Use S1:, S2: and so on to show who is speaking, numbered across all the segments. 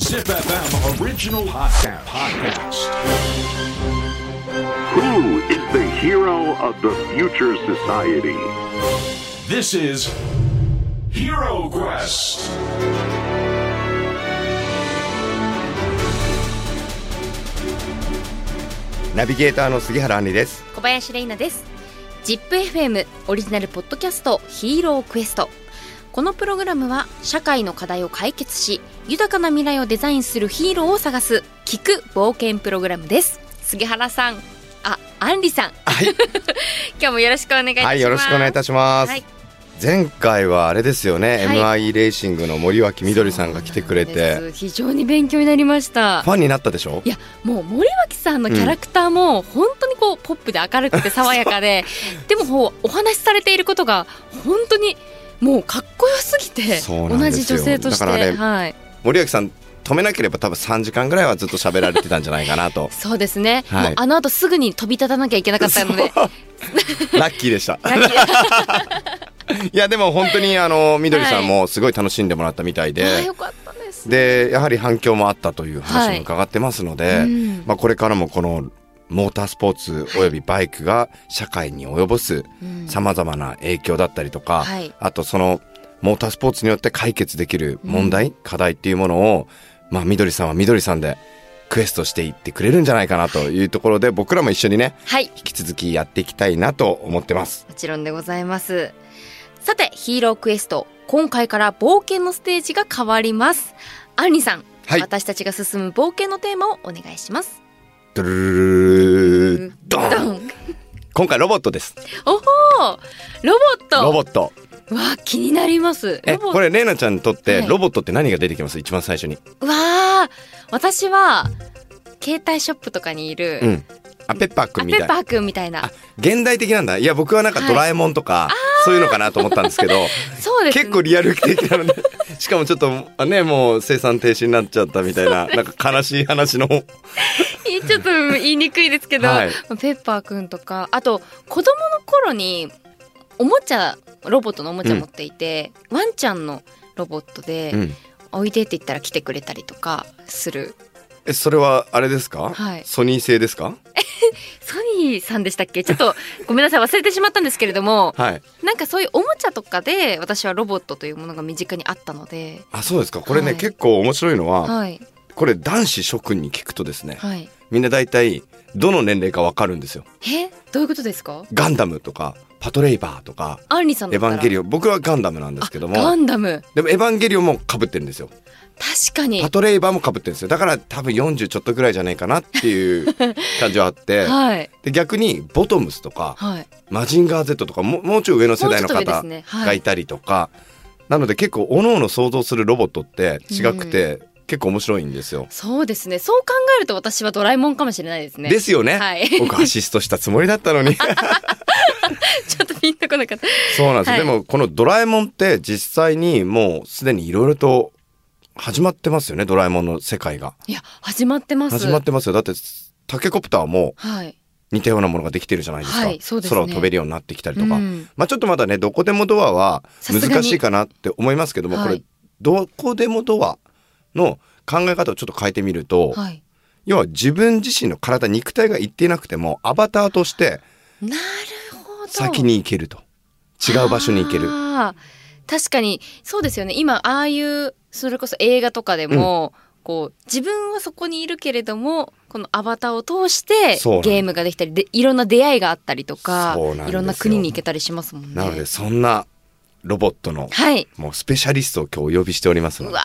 S1: Zip FM original podcast. podcast.
S2: Who is the hero of the future society?
S1: This is Hero Quest.
S3: ナビゲーターの杉原杏里です。
S4: 小林玲奈です ZIPFM オリジナルポッドキャストヒーロークエストこのプログラムは社会の課題を解決し豊かな未来をデザインするヒーローを探す聞く冒険プログラムです杉原さんあ、アンリさん
S3: はい、
S4: 今日もよろしくお願いいたします
S3: はい、よろしくお願いいたします。
S4: はい
S3: 前回はあれですよね、
S4: は
S3: MI レーシングの森脇みどりさんが来てくれ
S4: そうな
S3: て
S4: んです非常に勉強になりました
S3: ファンになったでしょ
S4: いやもう森脇さんのキャラクターも本当にこうポップで明るくて爽やか で、でもこうお話しされていることが本当にもうかっこよすぎて
S3: そう
S4: 同
S3: なんです
S4: じ
S3: よ
S4: 女性として、
S3: だからね
S4: はい、
S3: 森脇さん止めなければ多分3時間ぐらいはずっと喋られてたんじゃないかなと
S4: そうですね、
S3: はい
S4: もうあの後すぐに飛び立たなきゃいけなかったので
S3: ラッキーでしたいやでも本当にあのみどりさんもすごい楽しんでもらったみたいで、
S4: ああよかったです
S3: でやはり反響もあったという話も伺ってますので、
S4: いうん
S3: まあ、これからもこのモータースポーツおよびバイクが社会に及ぼす
S4: うん
S3: さまざまな影響だったりとか、
S4: はい
S3: あとそのモータースポーツによって解決できる問題、課題っていうものを、まあ、みどりさんはみどりさんでクエストしていってくれるんじゃないかなというところで僕らも一緒にね
S4: はい
S3: 引き続きやっていきたいなと思ってます。
S4: もちろんでございますさてヒーロークエスト今回から冒険のステージが変わりますアンリさん、
S3: はい
S4: 私たちが進む冒険のテーマをお願いします
S3: ドゥルルルルド
S4: ド
S3: ン
S4: ン
S3: 今回ロボットです。
S4: おおロボット
S3: ロボット。
S4: わあ気になります
S3: え、
S4: ロボ
S3: これ、レイナちゃんにとっ
S4: は
S3: て、
S4: い
S3: ロボットって何が出てきます一番最初に。
S4: わあ私は携帯ショップとかにいる、
S3: うん。あ、ペッパーく
S4: あ
S3: んみ
S4: ペ
S3: た
S4: ッ
S3: い
S4: パ
S3: な。
S4: ーくんみたいな
S3: あ、現代的なんだ。いや、僕はなんか
S4: はい
S3: ドラえもんとか、そういうのかなと思ったんですけど、
S4: そうですね
S3: 結構リアル的なので、 しかもちょっと、あね、もう生産停止になっちゃったみたいな、なんか悲しい話 の。
S4: ちょっと言いにくいですけど、
S3: はい
S4: ペッパーくんとかあと子供の頃におもちゃロボットのおもちゃ持っていて、ワンちゃんのロボットで、
S3: うん。
S4: おいでって言ったら来てくれたりとかする
S3: え、それは、あれですか
S4: はい
S3: ソニー製ですか
S4: ソニーさんでしたっけちょっとごめんなさい忘れてしまったんですけれども
S3: はい。
S4: なんかそういうおもちゃとかで私はロボットというものが身近にあったので
S3: あ、そうですか。これね、
S4: はい
S3: 結構面白いのは、
S4: はい
S3: これ男子諸君に聞くとですね、
S4: はい
S3: みんな大体、どの年齢かわかるんですよ。
S4: えどういうことですか
S3: ガンダムとか、パトレイバーとか、
S4: アンリさん
S3: エ
S4: だ
S3: ヴ
S4: ったら
S3: ァンゲリ
S4: オン
S3: オン、僕はガンダムなんですけど
S4: ガ
S3: も、
S4: ンダム
S3: でもエヴァンゲリオンも被ってるんですよ。
S4: 確かに
S3: パトレイバーも被ってるんですよ。だから多分40ちょっとぐらいじゃないかなっていう感じはあって、
S4: はい
S3: で逆にボトムスとか、
S4: はい
S3: マジンガー Z とかもう、もうちょい上の世代の
S4: もうちょっと上
S3: 方
S4: ですねはい
S3: がいたりとか、なので結構、各々想像するロボットって違くて、結構面白いんですよ。
S4: そうですねそう考えると私はドラえもんかもしれないですね
S3: ですよね、
S4: はい
S3: 僕アシストしたつもりだったの に
S4: ちょっとピンとこなかった
S3: そうなんです、
S4: はい
S3: でもこの「ドラえもん」って実際にもうすでにいろいろと始まってますよねドラえもんの世界が
S4: いや始まってます
S3: 始まってますよだってタケコプターも
S4: はい
S3: 似たようなものができてるじゃないですか、
S4: はいそうですね
S3: 空を飛べるようになってきたりとか、
S4: うん
S3: まあちょっとまだねどこでもドアは
S4: さすがに
S3: 難しいかなって思いますけども、
S4: はい
S3: これどこでもドアの考え方をちょっと変えてみると、
S4: はい
S3: 要は自分自身の体肉体がいっていなくてもアバターとして
S4: なるほど
S3: 先に行けると違う場所に行ける
S4: あー確かにそうですよね今ああいうそれこそ映画とかでも、こう自分はそこにいるけれどもこのアバターを通して
S3: そうなんです
S4: ゲームができたりでいろんな出会いがあったりとか
S3: そうなんですよ
S4: いろんな国に行けたりしますもんね。
S3: なのでそんなロボットの
S4: はい
S3: もうスペシャリストを今日お呼びしておりますの
S4: う
S3: で
S4: わ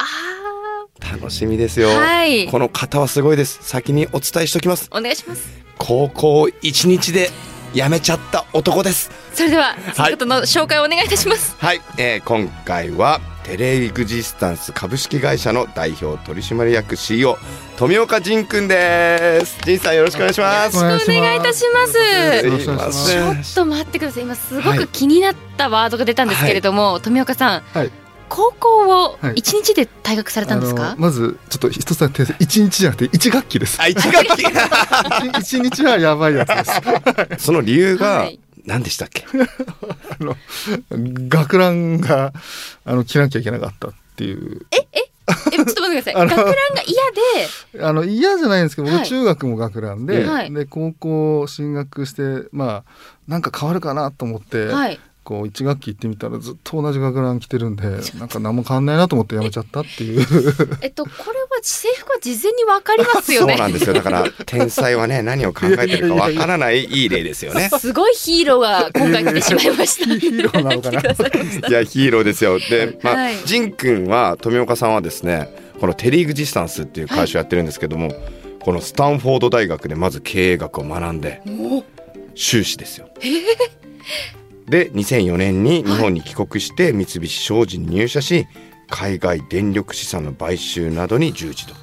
S3: 楽しみですよ、
S4: はい
S3: この方はすごいです先にお伝えしておきます
S4: ーお願いします。
S3: 高校1日で辞めちゃった男です
S4: それではそのことの紹介をお願いいたします。
S3: はい、えー今回はテレエクジスタンス株式会社の代表取締役 CEO 富岡仁君です仁さんよろしくお願いします
S4: お願いいたします。
S3: すい
S5: よろしくお願いします
S4: ちょ
S3: ま
S4: っと待ってください今すご
S3: はい
S4: く気になったワードが出たんですけれども、富岡さん、
S5: はい
S4: 高校を
S5: はい
S4: 一日で退学されたんですか、
S5: あのまずちょっと一つだけ訂正一日じゃなくて一学 期です
S3: あ一学期
S5: 一日はやばいやつです
S3: その理由
S4: は
S3: が
S4: い
S3: 何でしたっけ、
S5: 学ランがあの着なきゃいけなかったっていうええ
S4: えちょっと待ってください
S5: あの
S4: 学ランが嫌で
S5: あの嫌じゃないんですけど、
S4: は
S5: 僕
S4: い
S5: 中学も学ランで、
S4: はい
S5: で高校進学してまあなんか変わるかなと思って、
S4: はい
S5: こう一学期行ってみたらずっと同じ学ラン着てるん でなんか何も変わんないなと思ってやめちゃったっていう
S4: えっとこれは制服は事前にわかりますよね
S3: そうなんですよだから天才はね何を考えてるかわからないいい例ですよね
S4: すごいヒーローが今回来てしまいました
S5: ヒーローなの
S4: 来
S5: かな
S4: てくださいました
S3: いやヒーローですよ でまあ、
S4: はい
S3: ジン君は富岡さんはですねこのテリー・グジスタンスっていう会社をやってるんですけども、このスタンフォード大学でまず経営学を学んで
S4: も
S3: 修士ですよ。で2004年に日本に帰国して三菱商事に入社し、海外電力資産の買収などに従事と。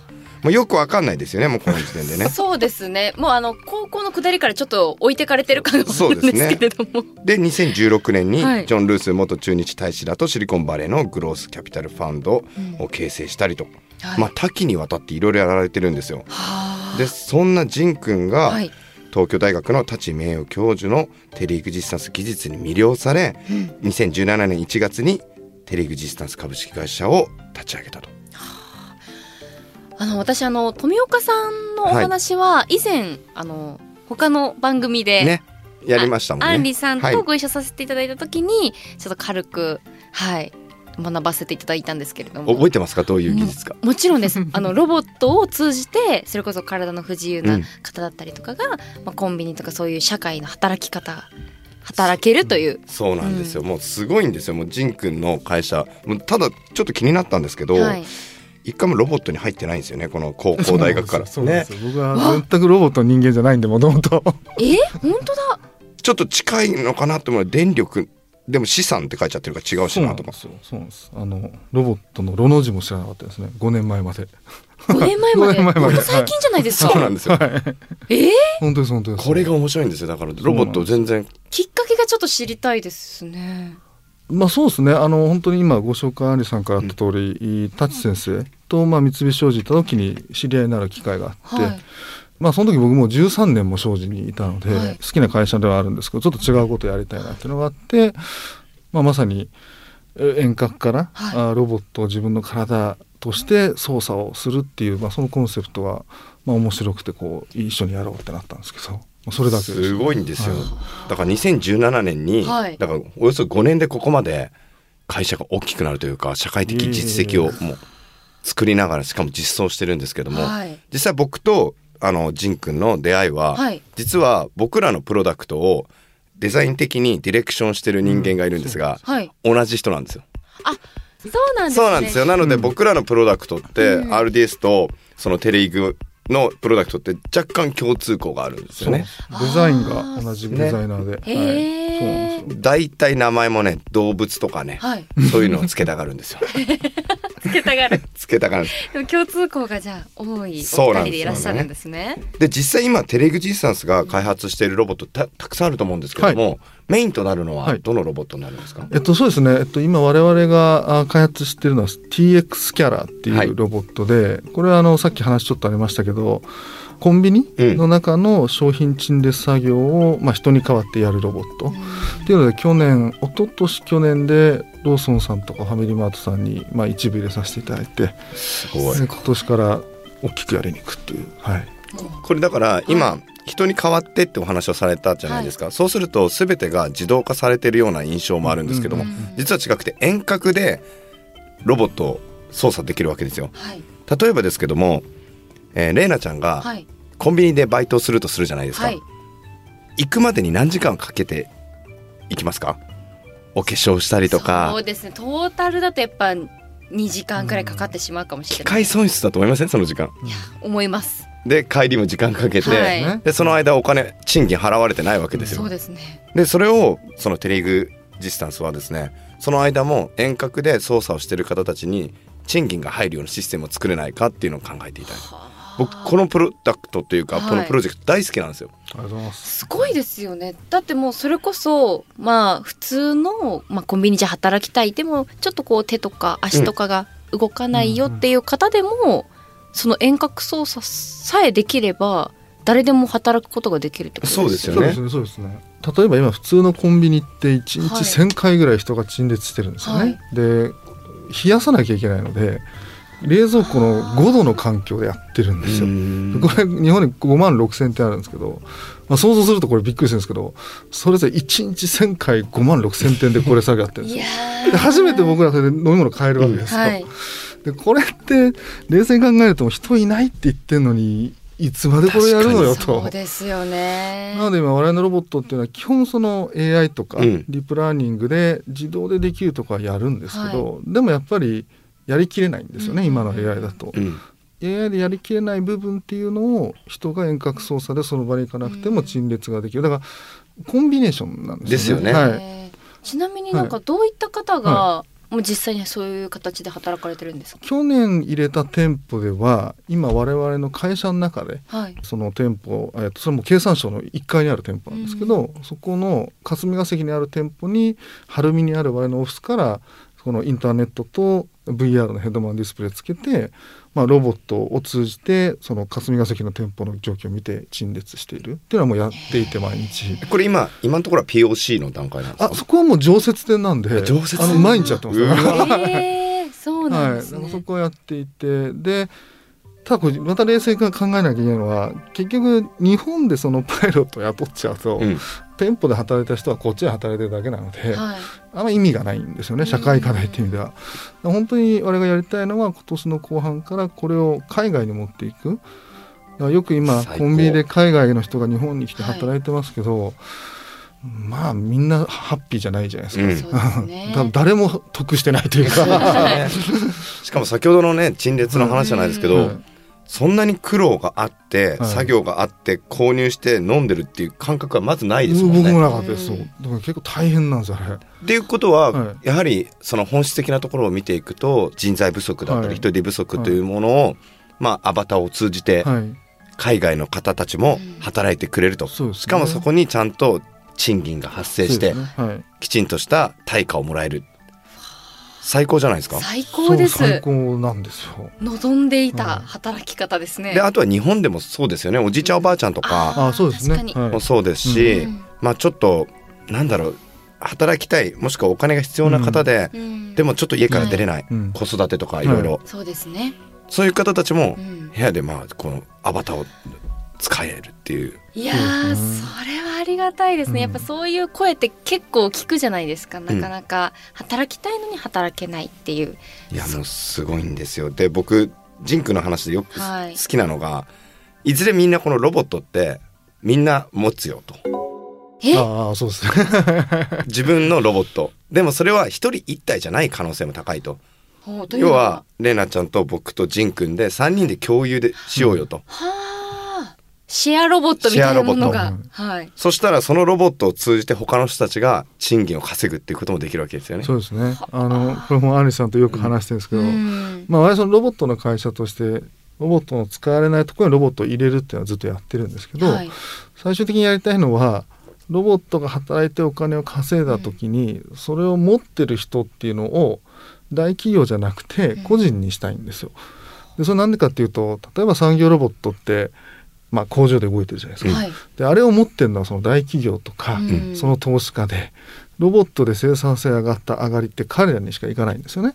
S3: もうよくわかんないですよねもうこの時点でね
S4: う。 そうですねもうあの高校の下りからちょっと置いてかれてる感があ
S3: そう
S4: るん
S3: です
S4: で
S3: ね
S4: すけれども、
S3: で2016年にジ
S4: はい
S3: ョン・ルース元駐日大使らとシリコンバレーのグロースキャピタルファンドを形成したりと、
S4: はい
S3: まあ、多岐にわたっていろいろやられてるんですよ。
S4: は
S3: でそんなジン君
S4: あ
S3: が
S4: はい
S3: 東京大学の太刀名誉教授のテレエクジスタンス技術に魅了され、2017年1月にテレエクジスタンス株式会社を立ち上げたと。
S4: あの私あの富岡さんのお話は以前、あの他の番組で、
S3: ねやりましたもんね。
S4: あんりさん
S3: はい
S4: とご一緒させていただいた時に、ちょっと軽くはい学ばせていただいたんですけれども
S3: 覚えてますかどういう技術か。
S4: もちろ んですあのロボットを通じてそれこそ体の不自由
S3: う
S4: なん方だったりとかが、まあ、コンビニとかそういう社会の働き方働けるという、
S3: そうなんですよ、もうすごいんですよもうジン君の会社もうただちょっと気になったんですけど、
S4: はい、
S3: 一回もロボットに入ってないんですよねこの高校大学から
S5: そうなんですよ僕は全くロボットの人間じゃないんでもともと
S4: え本当だ
S3: ちょっと近いのかなと思う電力でも資産って書いちゃってるから違うし
S5: そうな
S3: なんとか
S5: ですよそうなんですあのロボットのロの字も知らなかったですね5年前まで
S4: 5年前まで
S5: 五年前まで
S4: ほんと最近じゃないですか、
S3: そうなんですよ
S4: えー
S5: 本当です本当です
S3: これが面白いんですよだからロボット全然
S4: きっかけがちょっと知りたいですね
S5: まあそうですねあの本当に今ご紹介ありさんからあった通り、タチ先生と、まあ、三菱商事行った時に知り合いになる機会があって、
S4: はい
S5: まあその時僕もう13年も商事にいたので、
S4: はい
S5: 好きな会社ではあるんですけどちょっと違うことやりたいなっていうのがあって、まあ、まさにえ遠隔から、
S4: はい
S5: あロボットを自分の体として操作をするっていう、まあ、そのコンセプトが、まあ、面白くてこう一緒にやろうってなったんですけど、まあ、それだけです
S3: すごいんですよ
S5: はい
S3: だから2017年に
S4: はい
S3: だからおよそ5年でここまで会社が大きくなるというか社会的実績をもう作りながらしかも実装してるんですけども
S4: はい
S3: 実際僕とあのジン君の出会いは
S4: はい
S3: 実は僕らのプロダクトをデザイン的にディレクションしてる人間がいるんですが
S4: はい
S3: 同じ人なんですよ。
S4: そうなんですね
S3: そうなんですよ。なので僕らのプロダクトって、RDS とそのテレイグのプロダクトって若干共通項があるんですよね。
S5: デザインが同じデザイナーで、
S4: へ
S5: はい、そうなん
S4: え
S5: ですよ
S3: 大体名前もね動物とかね、
S4: はい
S3: そういうのをつけたがるん ですよ。
S4: つけたがる
S3: つけたがるんです。
S4: でも共通項がじゃあ多い
S3: そ
S4: お
S3: うな
S4: 二
S3: ん
S4: 人
S3: ですよね
S4: でいらっしゃるんですね
S3: で実際今テレイグジスタンスが開発しているロボットたたくさんあると思うんですけども、メインとなるのは
S5: はい
S3: どのロボットになるんですか、
S5: えっと、そうですね、えっと、今我々があ開発しているのは TX キャラって
S3: はいいう
S5: ロボットで、これはあのさっき話ちょっとありましたけどコンビニ
S3: うん
S5: の中の商品陳列作業を、まあ、人に代わってやるロボット、っていうので去年一昨年去年でローソンさんとかファミリーマートさんに、まあ、一部入れさせていただいて
S3: す
S5: で今年から大きくやりに行くっていう、はい、
S3: これだから今、人に代わってってお話をされたじゃないですか、そうすると全てが自動化されてるような印象もあるんですけども、
S4: うんうん
S3: 実は違くて遠隔でロボットを操作できるわけですよ
S4: はい
S3: 例えばですけども、えー、レイナちゃんが
S4: はい
S3: コンビニでバイトをするとするじゃないですか、
S4: はい
S3: 行くまでに何時間かけて行きますかお化粧したりとか
S4: そうですねトータルだとやっぱ2時間くらいかかってしまうかもし
S3: 機
S4: れない
S3: 械損失だと思いませんその時間
S4: 思います
S3: で帰りも時間かけて、
S4: はい
S5: ね
S3: でその間お金賃金払われてないわけですよ
S4: そうですね
S3: でそれをそのテレグディスタンスはですねその間も遠隔で操作をしている方たちに賃金が入るようなシステムを作れないかっていうのを考えていただいた僕このプロダクトというか、
S4: はい
S3: このプロジェクト大好きなんですよ
S5: ありがとうございます
S4: すごいですよねだってもうそれこそまあ普通の、まあ、コンビニじゃ働きたいでもちょっとこう手とか足とかが動かないよっていう方でも、その遠隔操作さえできれば誰でも働くことができるってことですよ
S3: そうですよね
S5: そうですね。そうですね。例えば今普通のコンビニって1日
S4: はい
S5: 1000回ぐらい人が陳列してるんですよね。
S4: はい
S5: で冷やさなきゃいけないので冷蔵庫の5度の環境でやってるんですよ。これ日本に5万6千点あるんですけど、まあ、想像するとこれびっくりするんですけどそれぞれ1日1,000回5万6千点でこれ作業やってるんです
S4: い
S5: よ。
S4: や
S5: で初めて僕らそれで飲み物買えるわけです
S4: ー
S5: よ。
S4: はい
S5: でこれって冷静に考えると人いないって言ってんのにいつまでこれやるのよと
S4: そう。ですよね
S5: なので今我々のロボットっていうのは基本その AI とか
S3: う
S5: デ
S3: ん
S5: ィープラーニングで自動でできるとかはやるんですけど、でもやっぱりやりきれないんですよね、
S4: うん
S5: 今の AI だと
S3: う。ん
S5: AI でやりきれない部分っていうのを人が遠隔操作でその場に行かなくても陳列ができるだからコンビネーションなんですよね。
S3: ですよ
S5: はい
S4: えーちなみになんかどういった方が、もう実際にそういう形で働かれてるんですか。
S5: 去年入れた店舗では今我々の会社の中で
S4: はい。
S5: その店舗、えっとそれも経産省の1階にある店舗なんですけど、そこの霞が関にある店舗に晴海にある我々のオフィスからこのインターネットと VR のヘッドマウントディスプレイつけて、まあ、ロボットを通じてその霞が関の店舗の状況を見て陳列しているっていうのはもうやっていて 毎日。
S3: これ今今のところは POC の段階なんです
S5: あ
S3: か
S5: そこはもう常設店なんで
S3: 常設
S5: あの毎日やってます、ね、
S3: うわ
S4: えー、そうなん
S5: は
S4: で
S5: い、
S4: す
S5: だ
S4: ね。
S5: からそこをやっていてでただこれまた冷静に考えなきゃいけないのは結局日本でそのパイロットを雇っちゃうと、
S3: うん
S5: 店舗で働いた人はこっちで働いてるだけなので、
S4: はい。
S5: あんま意味がないんですよね社会課題っていう意味では。だから本当に我々がやりたいのは今年の後半からこれを海外に持っていく。だからよく今
S3: 最高
S5: コンビニで海外の人が日本に来て働いてますけど、まあみんなハッピーじゃないじゃないですか。。
S3: うん
S4: そうですね
S5: 多分誰も得してないというか。
S3: しかも先ほどのね陳列の話じゃない ですけど、
S5: はい
S3: そんなに苦労があって、
S5: はい
S3: 作業があって購入して飲んでるっていう感覚はまずないですもん
S5: 僕
S3: ね
S5: も。なかったですそう
S4: うん
S5: だから結構大変なんですよあれ
S3: っていうことは、
S5: は
S3: やはりその本質的なところを見ていくと人材不足だった
S5: は
S3: り
S5: い
S3: 人手不足というものを、まあ、アバターを通じて
S5: はい
S3: 海外の方たちも働いてくれると、
S5: そうですね
S3: しかもそこにちゃんと賃金が発生して、
S5: そうですねはい
S3: きちんとした対価をもらえる最高じゃないですか。
S4: 最高で
S5: そう最
S4: す。
S5: 高なんですよ
S4: 望んでいた
S5: はい
S4: 働き方ですね。
S3: であとは日本でもそうですよねおじいちゃんおばあちゃんとか
S5: あそうですね
S4: 確か
S5: は
S3: も
S5: い
S3: そうですし、
S4: うん
S3: まあちょっとなんだろう働きたいもしくはお金が必要な方で、
S4: うん
S3: でもちょっと家から出れない、
S5: うん
S3: 子育てとかいろいろ、
S4: そうですね。
S3: そういう方たちも
S4: うん
S3: 部屋でまあこのアバターを使えるっていう
S4: いやー
S5: そうですね
S4: それはありがたいですね。やっぱそういう声って結構聞くじゃないですか。なかなか働きたいのに働けないっていう。
S3: いやもうすごいんですよで僕ジンクの話でよくす
S4: はい
S3: 好きなのが、い、ずれみんなこのロボットってみんな持つ よと
S4: え、
S5: ああそう ですね
S3: 自分のロボットでもそれは一人一体じゃない可能性も高いと
S4: ほうという
S3: 要
S4: の
S3: はレナちゃんと僕とジンくんで3人で共有でしようよと、
S4: はあシェアロボットみたいなもの
S5: シェア
S4: が
S5: ロボッ、
S4: はい、
S3: そしたらそのロボットを通じて他の人たちが賃金を稼ぐっていうこともできるわけですよね。
S5: そうですねあのこれもアンリさんとよく話してるんですけ
S4: う
S5: ど、
S4: ん、
S5: まあ我々そのロボットの会社としてロボットの使われないところにロボットを入れるっていうのはずっとやってるんですけど、
S4: はい、
S5: 最終的にやりたいのはロボットが働いてお金を稼いだ時に、それを持ってる人っていうのを大企業じゃなくて個人にしたいんですよ。でそれなんでかっていうと例えば産業ロボットって、まあ、工場で動いてるじゃないですか。
S4: はい、
S5: であれを持ってるのはその大企業とか、
S4: うん
S5: その投資家でロボットで生産性上がった上がりって彼らにしかいかないんですよね。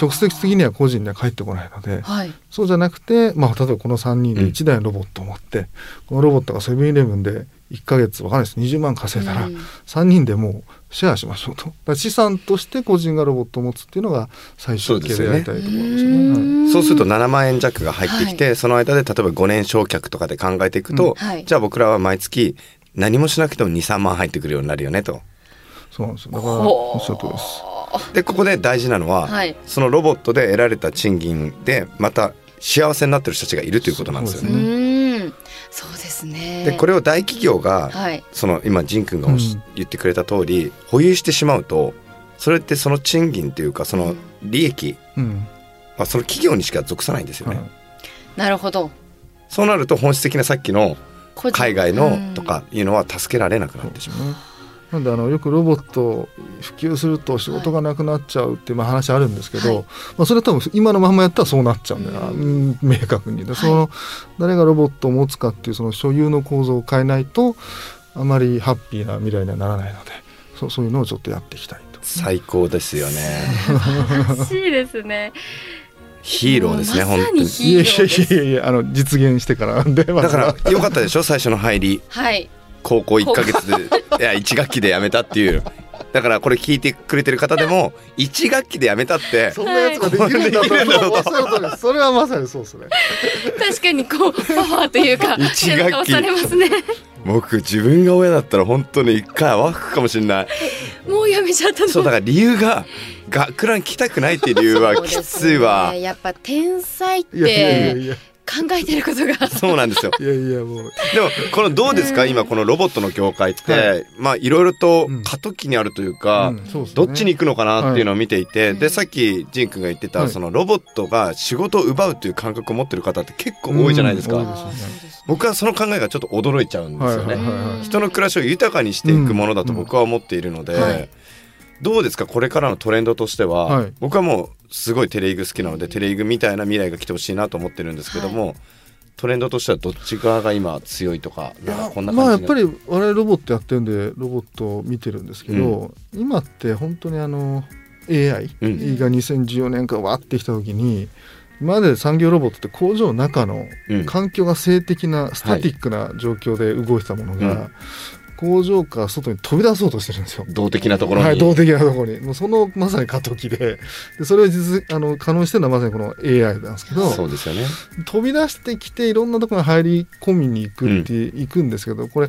S5: 直接的には個人には返ってこないので、
S4: はい、
S5: そうじゃなくて、まあ、例えばこの3人で
S3: うん
S5: 1台のロボットを持って、このロボットがセブンイレブンで1ヶ月わかんないです20万稼いだら
S4: うん
S5: 3人でもうシェアしましょうとだから資産として個人がロボットを持つっていうのが最終形でやりたいところですよね。はい
S3: そうすると7万円弱が入ってきて、その間で例えば5年償却とかで考えていくと、
S5: うん
S4: はい
S3: じゃあ僕らは毎月何もしなくても23万入ってくるようになるよねと。
S5: そうなんですよだから
S4: ほう
S5: おっしゃるとりです。
S3: でここで大事なのは、
S4: はい
S3: そのロボットで得られた賃金でまた幸せになってる人たちがいるということなんですよ
S5: そう
S4: う
S5: で
S3: ね。
S5: すね
S4: ん、そうですね。
S3: でこれを大企業が、
S4: はい、
S3: その今仁君がおし
S5: うん
S3: 言ってくれた通り、保有してしまうとそれってその賃金というかその利益、
S5: うん
S3: まあ、その企業にしか属さないんですよ
S5: は
S3: ね、
S5: い
S4: なるほど。
S3: そうなると本質的なさっきの
S4: 個人
S3: 海外のと、かいうのは助けられなくな
S5: そ
S3: っ
S5: う
S3: て
S5: で
S3: し
S5: す
S3: ま
S5: ねなんであのよくロボット普及すると仕事がなくなっちゃうっていうまあ話あるんですけど、
S4: はい
S5: まあ、それは多分今のまんまやったらそうなっちゃうんだよな、
S4: う
S5: うん明確にでその誰がロボットを持つかっていうその所有の構造を変えないとあまりハッピーな未来にはならないのでそうそういうのをちょっとやっていきたいと
S3: う最高ですよね
S4: うん。らしいですね。
S3: ヒーローですね
S4: も
S3: 本
S4: うま
S3: 当
S4: さ
S3: に
S4: に
S5: い
S4: ヒー
S5: や
S4: ロ
S5: いや
S4: ー
S5: い
S4: です
S5: やいやあの実現してからでま
S3: だ
S5: ずは
S3: から良かったでしょ 最初の入り
S4: はい
S3: 高校1ヶ月でいや1学期で辞めたっていうだからこれ聞いてくれてる方でも1学期で辞めたって
S5: そんなやつができるんだと
S3: はい
S5: 思うそうそうそれはまさにそうですね
S4: 確かにこうパワーというか
S3: 一
S4: 背
S3: 学期
S4: 中押されますね
S3: 僕自分が親だったら本当に一回泡吹くかもしれない
S4: もうやめちゃったの
S3: そうだから理由が学ラン来たくないっていう理由はきついわ
S4: やっぱ天才っ
S5: いやいやい
S4: て
S5: やい
S4: 考えてることが
S3: そうなんですよ
S5: やいやいやもう
S3: でもこのどうですか今このロボットの業界って、
S5: は
S3: まあいろいろと
S5: うん
S3: 過渡期にあるというか、
S5: うんそうですね
S3: どっちに行くのかなっていうのを見ていて、
S4: はい
S3: でさっきジン君が言ってた、
S5: はい
S3: そのロボットが仕事を奪うという感覚を持ってる方って結構多いじゃないですか、
S5: うん多い
S4: あーそうですね
S3: 僕はその考えがちょっと驚いちゃうんですよね、
S5: はいはいはいはい
S3: 人の暮らしを豊かにしていくものだと僕は思っているので、
S4: うんはい
S3: どうですかこれからのトレンドとしては、
S5: はい
S3: 僕はもうすごいテレイグ好きなのでテレイグみたいな未来が来てほしいなと思ってるんですけども、トレンドとしてはどっち側が今強いとかなんかこんな
S5: まあや
S3: 感
S5: っ
S3: じ
S5: ぱ
S3: の
S5: り我々ロボットやってるんでロボットを見てるんですけど、今って本当にあの AI
S3: う
S5: が
S3: ん
S5: 2014年からわーってきた時に今まで産業ロボットって工場の中の
S3: うん
S5: 環境が静的なスタティックな状況で動いてたものが、
S3: うん
S5: 工場から外に飛び出そうとしてるんですよ。
S3: 動的なところに、
S5: はい、動的なところにもうそのまさに過渡期ででそれを実あの可能にしてるのはまさにこの AI なんですけど
S3: そうですよね
S5: 飛び出してきていろんなところに入り込みに行くって、行くんですけどこれ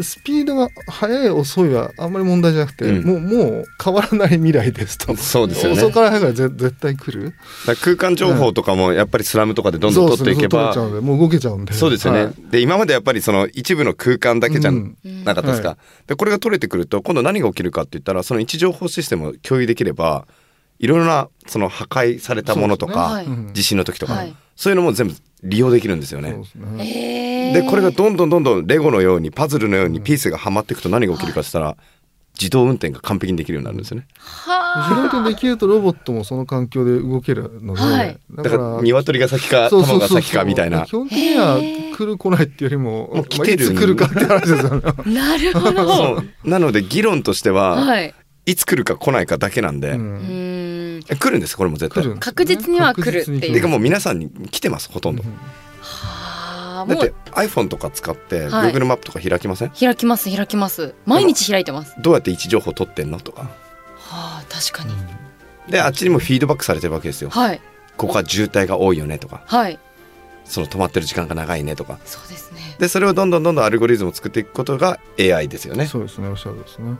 S5: スピードが速い遅いはあんまり問題じゃなくて、
S3: うん
S5: もうもう変わらない未来ですと
S3: そうですよね
S5: 遅から早いからぜ絶対来る
S3: だから空間情報とかもやっぱりスラムとかでどんどん
S5: そう
S3: 取っていけば
S5: そうそう取れちゃうのでもう動けちゃうんで
S3: そうですよね、
S5: はい
S3: で今までやっぱりその一部の空間だけじゃ
S5: うん
S3: なかったですか、
S5: は
S3: でこれが取れてくると今度何が起きるかって言ったらその位置情報システムを共有できればいろいろなその破壊されたものとか、
S4: そうですね
S5: はい
S3: 地震の時とか、
S4: はい
S3: そういうのも全部利用できるんですよ
S5: そう
S3: ね
S5: で。すね
S4: え
S3: で
S4: ー
S3: これがどんどんどんどんレゴのようにパズルのようにピースがはまっていくと何が起きるかって言ったら、自動運転が完璧にできるようになるんですよね。
S5: それだ
S4: は
S5: けできるとロボットもその環境で動けるので、
S4: はい
S5: だ
S3: だから鶏が先か
S5: そうそ
S3: 卵
S5: うそう
S3: が
S5: そう
S3: 先かみたいな
S5: 基。本的には
S4: へー
S5: 来る来ないっていうよりも
S3: もう来てる
S5: まあいつ来るかって話ですよね
S4: あなるほど
S3: そうなので議論としては、
S4: はい
S3: い、つ来るか来ないかだけなんで、
S5: うん
S4: うーん
S3: え来るんですこれも絶
S5: 来
S3: 対
S5: るんですよね
S4: 確実には来るっていう
S5: 確実に
S3: て
S5: 来
S3: か
S5: る
S3: もう皆さんに来てますほとんど、
S5: うん
S4: はあ
S3: だ
S4: も
S3: って
S4: う
S3: iPhone とか使って
S4: はい
S3: Google マップとか開きません、
S4: 開きます開きます毎日開いてます
S3: どうやって位置情報取ってんのとか
S4: はあ確かに
S3: であっちにもフィードバックされてるわけですよ
S4: はい
S3: ここは渋滞が多いよねとか
S4: はい
S3: その止まってる時間が長いねとか
S4: そうですね
S3: でそれをどんどんどんどんアルゴリズムを作っていくことが AI ですよね
S5: そうですねおっしゃるですね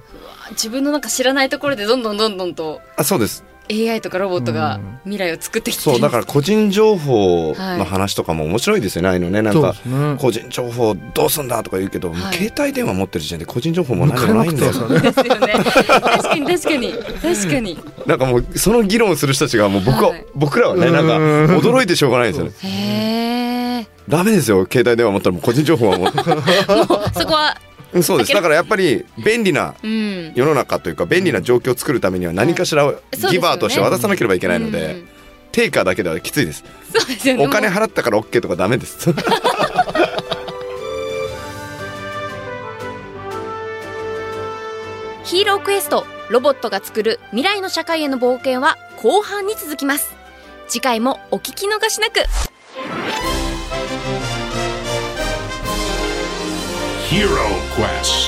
S4: 自分のなんか知らないところでどんどんどんどんと
S3: あそうです
S4: AI とかロボット
S5: う
S4: が
S5: ん
S4: 未来を作ってきて
S3: そうだから個人情報
S4: はい
S3: の話とかも面白いですよね、ああいうのねなん
S5: そう
S3: か
S5: ですね
S3: 個人情報どうすんだとか言うけど、もう
S4: はい
S3: 携帯電話持ってる時点で個人情報も何でもないんだよ
S5: 向かいまくってますよね
S4: ですよね 確かに確かに確かに
S3: なんかもうその議論をする人たちがもう僕は、
S4: はい
S3: 僕らはねなんか
S5: うん
S3: 驚いてしょうがないんですよね
S4: へえ
S3: ダメですよ携帯電話持ったらもう個人情報は もう
S4: そこは
S3: うんそうです
S4: だけど
S3: だからやっぱり便利な
S4: うん
S3: 世の中というか便利な状況を作るためには何かしらを
S4: ですよね
S3: ギバーとして渡さなければいけないので、
S4: うん
S3: テイカーだけではきついです
S4: そうですよね
S3: お金払ったから OK とかダメです
S4: ヒーロークエストロボットが作る未来の社会への冒険は後半に続きます次回もお聞き逃しなく
S1: Hero Quest.